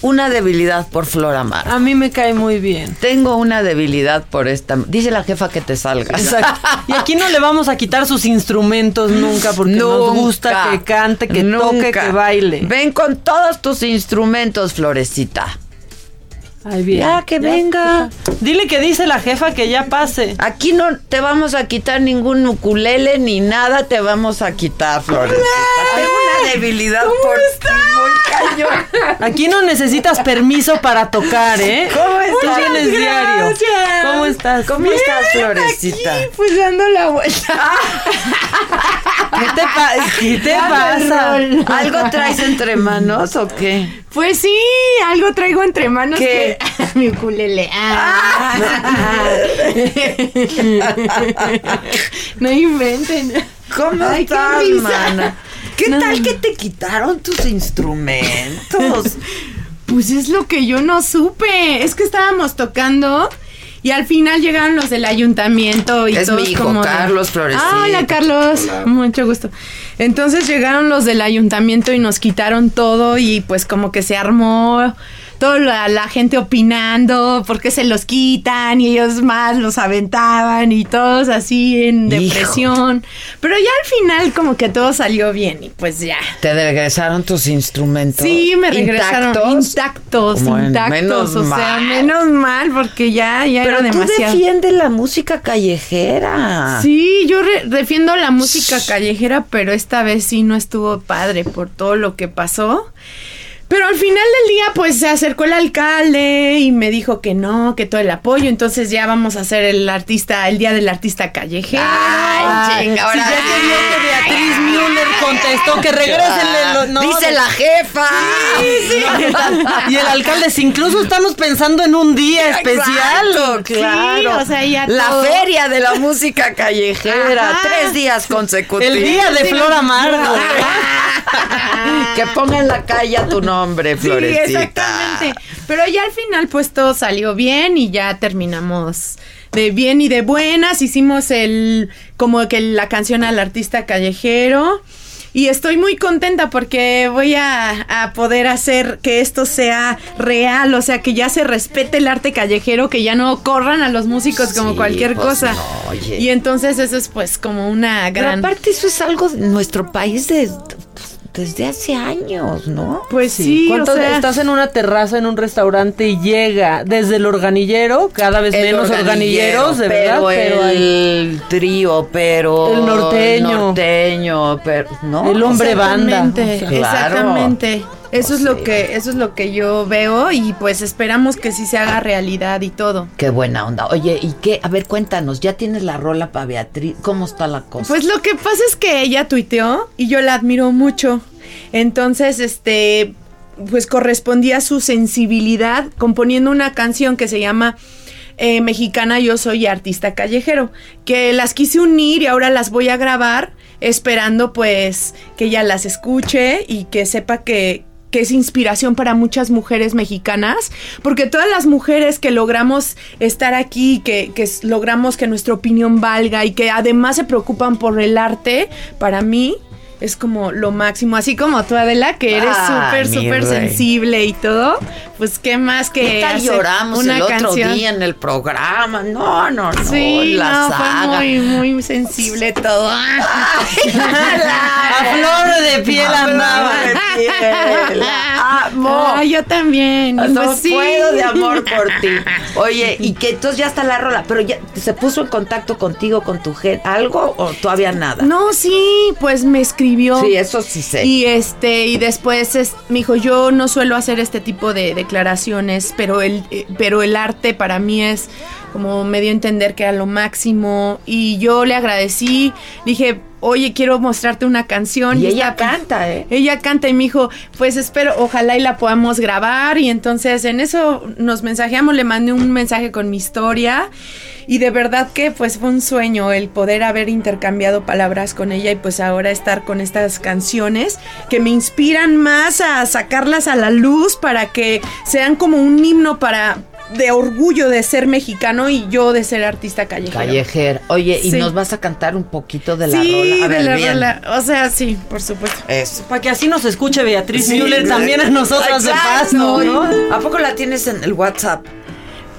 una debilidad por Flor Amargo. a mí me cae muy bien. Tengo una debilidad por esta. Dice la jefa que te salgas. Exacto. Y aquí no le vamos a quitar sus instrumentos nunca porque nos Nunca, gusta que cante, que toque, nunca. que baile. Ven con todos tus instrumentos, Florecita. Ay, bien. Ya, que venga. Dile que dice la jefa que ya pase. Aquí no te vamos a quitar ningún ukulele ni nada, te vamos a quitar, Florecita. Tengo una debilidad por ti muy cañón. Aquí no necesitas permiso para tocar, ¿eh? ¿Cómo Tú estás? vienes diario. ¿Cómo estás? ¿Cómo estás, Florecita? pues dando la vuelta. ¿Qué te, pa- qué te pasa? ¿Algo traes entre manos o qué? Pues sí, algo traigo entre manos. ¿Qué? que- Mi ukulele. Ah. no inventen. ¿Cómo Ay, qué estás, risa. mana? ¿Qué No. tal que te quitaron tus instrumentos? Pues es lo que yo no supe. Es que estábamos tocando y al final llegaron los del ayuntamiento y Es todos mi hijo, como de- Carlos Florecita. Ah, hola Carlos, mucho gusto. Entonces llegaron los del ayuntamiento y nos quitaron todo y pues como que se armó toda la, la gente opinando por qué se los quitan y ellos más los aventaban y todos así en Hijo. depresión. Pero ya al final como que todo salió bien y pues ya. ¿Te regresaron tus instrumentos? Sí, me regresaron ¿Intactos? intactos, Bueno, intactos, menos o sea, mal. menos mal porque ya ya Pero era tú demasiado. defiendes la música callejera. Sí, yo re- defiendo la música callejera, pero esta vez sí no estuvo padre por todo lo que pasó. Pero al final del día, pues se acercó el alcalde y me dijo que no, que todo el apoyo. Entonces ya vamos a hacer el artista, el día del artista callejero. Ay, chinga, ahora si ya se vio que Beatriz Müller contestó que regrésenle lo- no, Dice la jefa. Y el alcalde dice, incluso estamos pensando en un día Exacto, especial. claro. Sí, o sea, ya la todo. feria de la música callejera, Ajá. tres días consecutivos. El día de Flor Amargo. que ponga en la calle a tu nombre, Florecita. Sí, exactamente. Pero ya al final, pues todo salió bien y ya terminamos de bien y de buenas. Hicimos el como que la canción al artista callejero. Y estoy muy contenta porque voy a, a poder hacer que esto sea real, o sea, que ya se respete el arte callejero, que ya no corran a los músicos como Sí, cualquier pues, cosa. no, oye. Y entonces eso es pues como una Pero gran... aparte eso es algo de nuestro país de- desde hace años, ¿no? Pues sí, o ¿Cuántas- sea, estás en una terraza, en un restaurante y llega desde el organillero, cada vez El menos organilleros, de pero verdad, pero el, el trío, pero El norteño. el norteño, pero no. el hombre banda. Exactamente, o sea. sea. exactamente. Eso es sí. lo que eso es lo que yo veo y pues esperamos que sí se haga realidad y todo. Qué buena onda. Oye, ¿y qué? A ver, cuéntanos, ¿ya tienes la rola para Beatriz? ¿Cómo está la cosa? Pues lo que pasa es que ella tuiteó y yo la admiro mucho. Entonces, este pues correspondía a su sensibilidad componiendo una canción que se llama eh, Mexicana Yo Soy Artista Callejero, que las quise unir y ahora las voy a grabar esperando pues que ella las escuche y que sepa que, que es inspiración para muchas mujeres mexicanas, porque todas las mujeres que logramos estar aquí, que, que s- logramos que nuestra opinión valga y que además se preocupan por el arte, para mí es como lo máximo, así como tú Adela, que eres Ay, súper, mi súper rey. sensible y todo, pues qué más que... ¿Qué tal hacer lloramos una el otro canción? día en el programa? No, no, no. Sí, la no, saga. fue muy, muy sensible todo. Ay, la- A flor de piel andaba. Ay, amo. Ah, yo también. Y No pues sí. puedo de amor por ti. Oye, y que entonces ya está la rola, pero ya se puso en contacto contigo, con tu gente, algo o todavía nada. No, sí, pues me escribió. Sí, eso sí sé. Y este, y después es- me dijo, yo no suelo hacer este tipo de declaraciones, pero el, eh, pero el arte para mí es como me dio a entender que era lo máximo. Y yo le agradecí, dije, oye, quiero mostrarte una canción. Y ella esta- canta, ¿eh? Ella canta y me dijo, pues espero, ojalá y la podamos grabar. Y entonces en eso nos mensajeamos, le mandé un mensaje con mi historia. Y de verdad que pues fue un sueño el poder haber intercambiado palabras con ella y pues ahora estar con estas canciones que me inspiran más a sacarlas a la luz para que sean como un himno para de orgullo de ser mexicano y yo de ser artista callejero. Callejer. Oye, y Sí. nos vas a cantar un poquito de la sí, rola. A ver, de la bien. rola. O sea, sí, por supuesto. Eso. Para que así nos escuche Beatriz Sí, Müller exacto. también a nosotras de Exacto. paso, ¿no? ¿A poco la tienes en el WhatsApp?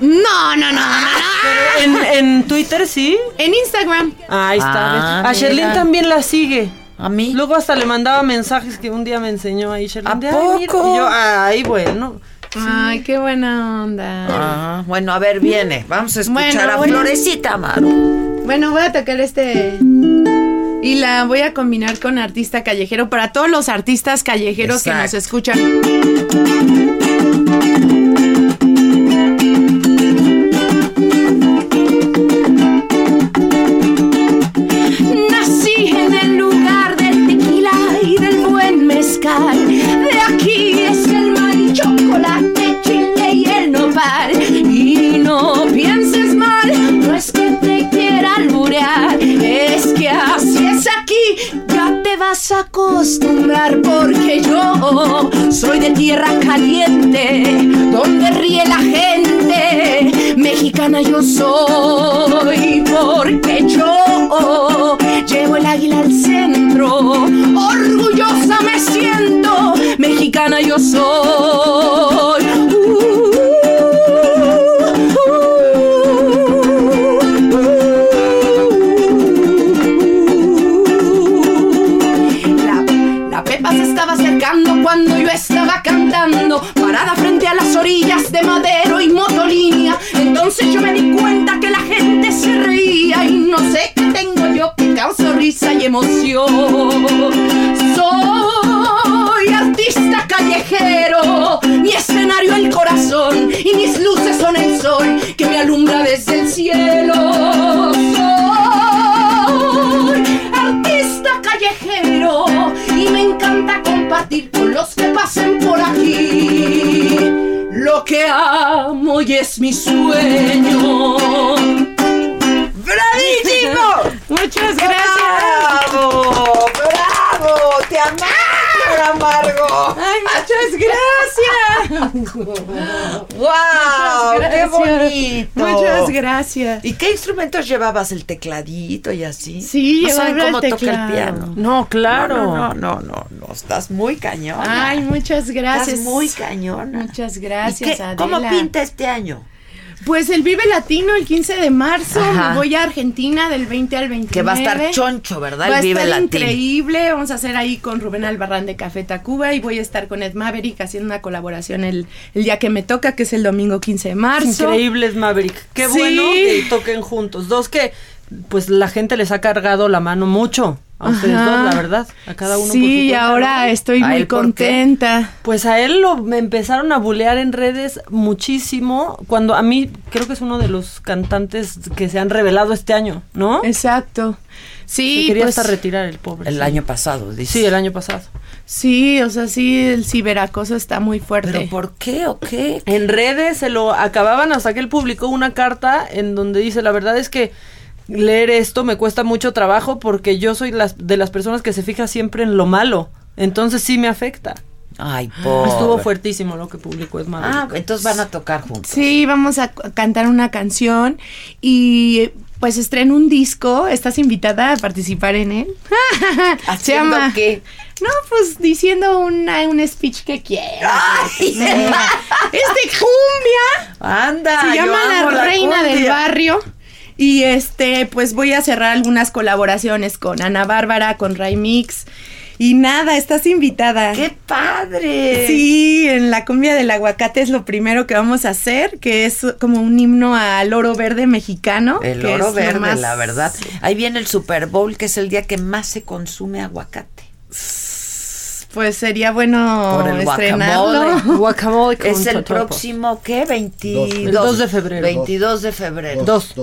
No, no, no, no, Ah, no. Pero en, en Twitter sí. En Instagram. Ahí está. Ah, ¿ves? a Sherlyn mira. también la sigue. ¿A mí? Luego hasta le mandaba mensajes que un día me enseñó ahí Sherlyn. ¿A de, "Ay, mira", poco? Y yo, ay, bueno. Ay, qué buena onda. Ah, bueno, a ver, viene. Vamos a escuchar Mm. Bueno, a bueno. Florecita Amaro. Bueno, voy a tocar este. Y la voy a combinar con artista callejero para todos los artistas callejeros que nos Exacto. escuchan. Nací en el lugar del tequila y del buen mezcal. De aquí es el maíz, chocolate, chile y el nopal. Y no pienses mal, no es que te quiera alburear, es que así es aquí. Ya te vas a acostumbrar porque yo soy de tierra caliente, donde ríe la gente. Mexicana yo soy porque yo llevo el águila al centro. Orgullosa me siento, mexicana yo soy. La, la Pepa se estaba acercando cuando yo estaba cantando, parada frente a las orillas de Madero y Motolinia. Entonces yo me di cuenta que la gente se reía y no sé qué tengo yo que causa risa y emoción. Soy artista callejero, mi escenario el corazón y mis luces son el sol que me alumbra desde el cielo. Soy artista callejero y me encanta compartir con los que pasen por aquí. Lo que amo y es mi sueño. ¡Bravísimo! Muchas ¡Bravo! ¡Bravo! ¡Te amamos, Amargo! Ay, muchas gracias. ¡Wow! ¡Qué Gracias. bonito! Muchas gracias. ¿Y qué instrumentos llevabas? ¿El tecladito y así? Sí, no saben llevaba el cómo toca el teclado. piano. No, claro. No, no, no, no, no, Estás muy cañón. Ay, muchas gracias. Estás muy cañona. Muchas ¿Y gracias, qué- Adela. ¿Cómo pinta este año? Pues el Vive Latino el 15 de marzo. Ajá. Me voy a Argentina del 20 al 29. Que va a estar choncho, ¿verdad? Va a el Vive estar Latino. increíble. Vamos a hacer ahí con Rubén Albarrán de Café Tacuba y voy a estar con Ed Maverick haciendo una colaboración el, el día que me toca, que es el domingo 15 de marzo. Increíbles Maverick. Qué Sí. bueno que toquen juntos. Dos que, pues la gente les ha cargado la mano mucho. A ustedes Ajá. dos, la verdad. A cada uno. por su Sí, y cuenta, ahora ¿no? estoy ¿A muy él por qué? contenta. Pues a él lo me empezaron a bulear en redes muchísimo. Cuando a mí creo que es uno de los cantantes que se han revelado este año, ¿no? Exacto. Sí, Se quería pues, hasta retirar el pobre. El sí. año pasado, dice. Sí, el año pasado. sí, o sea, sí, el ciberacoso está muy fuerte. ¿Pero por qué o qué? En redes se lo acababan hasta que él publicó una carta en donde dice, la verdad es que leer esto me cuesta mucho trabajo porque yo soy las, de las personas que se fija siempre en lo malo. Entonces sí me afecta. Ay, por. Estuvo fuertísimo lo que publicó es Oh, Ah, entonces van a tocar juntos. Sí, vamos a cu- cantar una canción y pues estreno un disco. ¿Estás invitada a participar en él? Se ¿Haciendo llama. qué? No, pues diciendo una, un speech que quiera. ¡Ay! Este cumbia ¡Anda! se Ah, yo llama amo la, reina del cumbia. barrio. Y este, pues voy a cerrar algunas colaboraciones con Ana Bárbara, con Ray Mix, Y nada, estás invitada. ¡Qué padre! Sí, en la cumbia del aguacate es lo primero que vamos a hacer, que es como un himno al oro verde mexicano. El que oro es lo verde, más- la verdad. Ahí viene el Super Bowl, que es el día que más se consume aguacate. Pues sería bueno Por el estrenarlo. guacamole. Guacamole con Es el totopo. próximo, ¿qué? 22. El dos de febrero. 22 de febrero. Dos.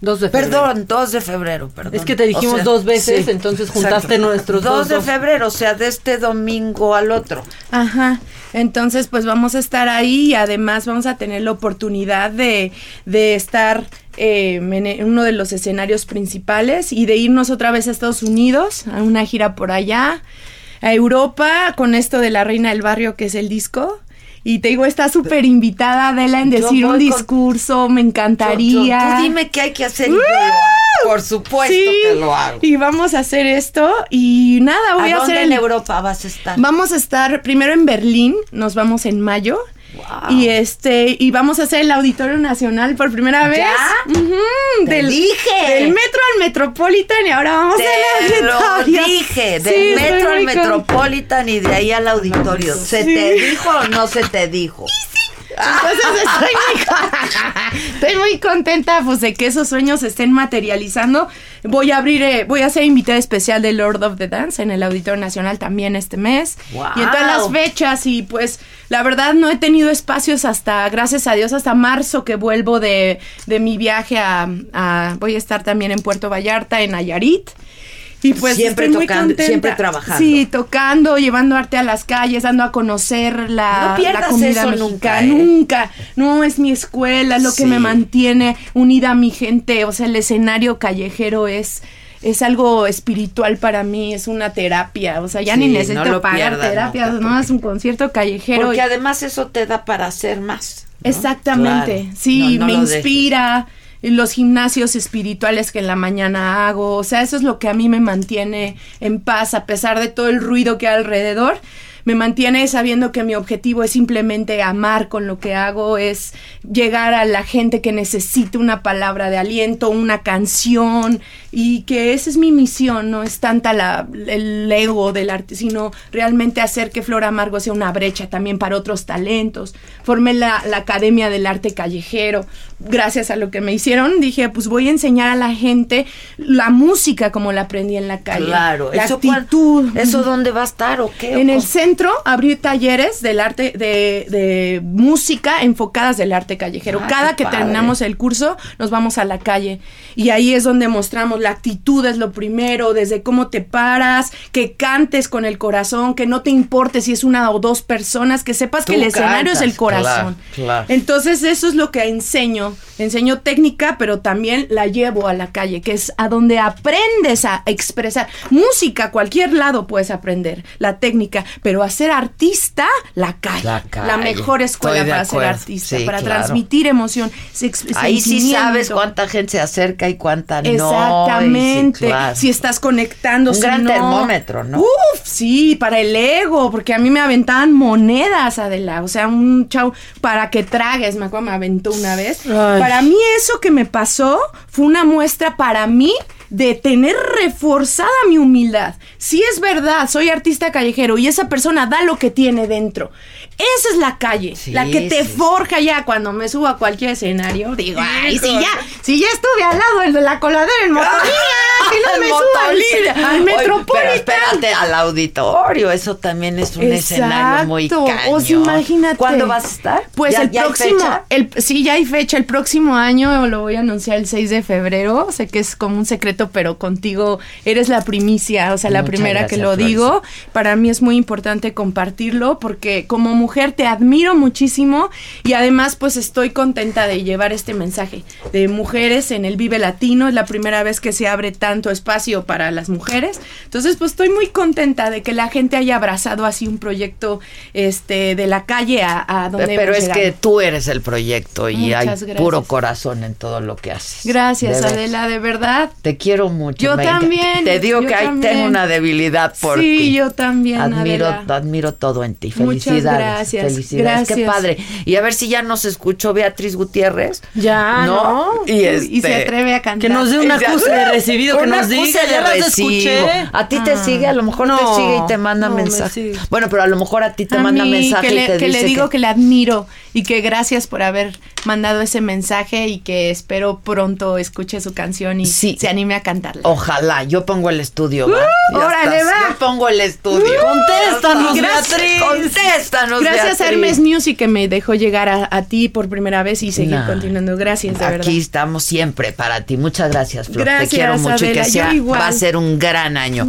Dos de febrero. Perdón, 2 de febrero, perdón. Es que te dijimos dos veces, entonces juntaste nuestros dos, 2 de dos. febrero, o sea, de este domingo al otro. Ajá. Entonces, pues vamos a estar ahí y además vamos a tener la oportunidad de, de estar eh, en e- uno de los escenarios principales y de irnos otra vez a Estados Unidos, a una gira por allá, a Europa, con esto de La Reina del Barrio, que es el disco. Y te digo, está súper invitada Adela en Yo decir voy un con- discurso, me encantaría. Tú dime qué hay que hacer. y yo lo hago. Por supuesto Sí, que lo hago. Y vamos a hacer esto y nada, voy a, ¿A hacer dónde el- en Europa vas a estar? Vamos a estar primero en Berlín, nos vamos en mayo. Y este, y vamos a hacer el Auditorio Nacional por primera vez. Ujú, Te dije. Del metro al Metropolitan y ahora vamos al Te lo auditorio. dije, del Sí, estoy metro al muy con- Metropolitan y de ahí al auditorio. ¿Se te dijo o no se te dijo? Entonces estoy muy, con- estoy muy contenta pues de que esos sueños se estén materializando. Voy a abrir, eh, voy a ser invitada especial de Lord of the Dance en el Auditorio Nacional también este mes. ¡Guau! Y en todas las fechas y pues la verdad no he tenido espacios hasta, gracias a Dios, hasta marzo que vuelvo de, de mi viaje a, a- Voy a estar también en Puerto Vallarta, en Nayarit. Y pues Siempre estoy muy tocando, contenta. siempre trabajando. Sí, tocando, llevando arte a las calles, dando a conocer la, No pierdas la comida eso nunca, mexicana. ¿eh? Nunca. No, es mi escuela, es lo Sí. que me mantiene unida a mi gente. O sea, el escenario callejero es, es algo espiritual para mí, es una terapia. O sea, ya ni Sí, necesito no lo pagar pierdas terapias, nunca, no, porque- es un concierto callejero. Porque y- además eso te da para hacer más. ¿no? Exactamente, Claro. sí, No, no me lo dejes. inspira. y Los gimnasios espirituales que en la mañana hago, o sea, eso es lo que a mí me mantiene en paz a pesar de todo el ruido que hay alrededor. Me mantiene sabiendo que mi objetivo es simplemente amar con lo que hago, es llegar a la gente que necesita una palabra de aliento, una canción, y que esa es mi misión, no es tanta la, el ego del arte, sino realmente hacer que Flor Amargo sea una brecha también para otros talentos. Formé la, la Academia del Arte Callejero. Gracias a lo que me hicieron, dije, pues voy a enseñar a la gente la música como la aprendí en la calle. Claro, la eso, cuál- actitud. ¿Eso dónde va a estar o qué? En ¿O el cómo? centro abrí talleres del arte de, de música enfocadas del arte callejero. Ah, Cada qué que padre. terminamos el curso nos vamos a la calle y ahí es donde mostramos la actitud es lo primero, desde cómo te paras, que cantes con el corazón, que no te importe si es una o dos personas, que sepas que Tú el escenario es cantas, el claro, corazón. claro. Entonces eso es lo que enseño. Enseño técnica, pero también la llevo a la calle, que es a donde aprendes a expresar. Música, cualquier lado puedes aprender la técnica, pero a ser artista, la calle. La La, calle. mejor escuela Estoy de para ser acuerdo. artista, Sí, para claro. transmitir emoción. se- ex- Ahí sí sentimiento. sabes cuánta gente se acerca y cuánta no. Exactamente. y sí, claro. Si estás conectando, Un si gran no. termómetro, ¿no? Uf, sí, para el ego, porque a mí me aventaban monedas, Adela. O sea, un chau para que tragues, me acuerdo, me aventó una vez. Ay. Para mí eso que me pasó fue una muestra para mí de tener reforzada mi humildad. Si es verdad, soy artista callejero y esa persona da lo que tiene dentro. Esa es la calle, Sí, la que te sí, sí. forja ya cuando me subo a cualquier escenario. Digo, ay, si ya, si ya estuve al lado del de la coladera en Motolina, si no me Al subo al, Motolinía. al Oye, Ah, Metropolitan. Pero espérate, al auditorio. Eso también es un escenario muy Exacto. cañón. O sea, imagínate. ¿Cuándo vas a estar? Pues ¿Ya- el ya hay próximo, fecha? el sí ya hay fecha, el próximo año lo voy a anunciar el 6 de febrero, sé que es como un secreto, pero contigo eres la primicia, o sea, la Muchas primera gracias, que lo Flores. digo. Para mí es muy importante compartirlo porque como mujer te admiro muchísimo y además pues estoy contenta de llevar este mensaje de mujeres en el Vive Latino, es la primera vez que se abre tanto espacio para las mujeres. Entonces, pues estoy muy contenta de que la gente haya abrazado así un proyecto este de la calle a, a donde Pero hemos es que llegado. tú eres el proyecto y Muchas hay gracias. puro corazón en todo lo que haces. Gracias, De ver- Adela, de verdad. Te quiero mucho. Yo Maida. también, Te digo yo que ahí también. tengo una debilidad por sí, ti. yo también, Admiro, Adela. admiro todo en ti. Muchas Felicidades. gracias, Felicidades. Qué gracias. padre. Y a ver si ya nos escuchó Beatriz Gutiérrez. Ya, ¿no? Y, Y se este- atreve a cantar. Que nos dé un Exacto. acuse de recibido, que que una nos diga cosa, de ya las recibo. escuché. A ti Ah. te sigue, a lo mejor te No, sigue y te manda no, me mensaje. sigue. Bueno, pero a lo mejor a ti te A manda mí, mensaje que le, y te que le dice digo que... que- la admiro y que gracias por haber mandado ese mensaje y que espero pronto escuche su canción y Sí. se anime a cantarla. Ojalá, yo pongo el estudio, ¿va? Ya Uh, ¡Órale, estás. va! Uh, Yo pongo el estudio. Contéstanos, Ya estás. Beatriz. Contéstanos, gracias a Beatriz. Hermes Music que me dejó llegar a, a ti por primera vez y seguir Nah. continuando. Gracias, de verdad. Aquí estamos siempre para ti. Muchas gracias, Flor. Gracias, Te quiero mucho y Adela. que Yo sea, igual. va a ser un gran año.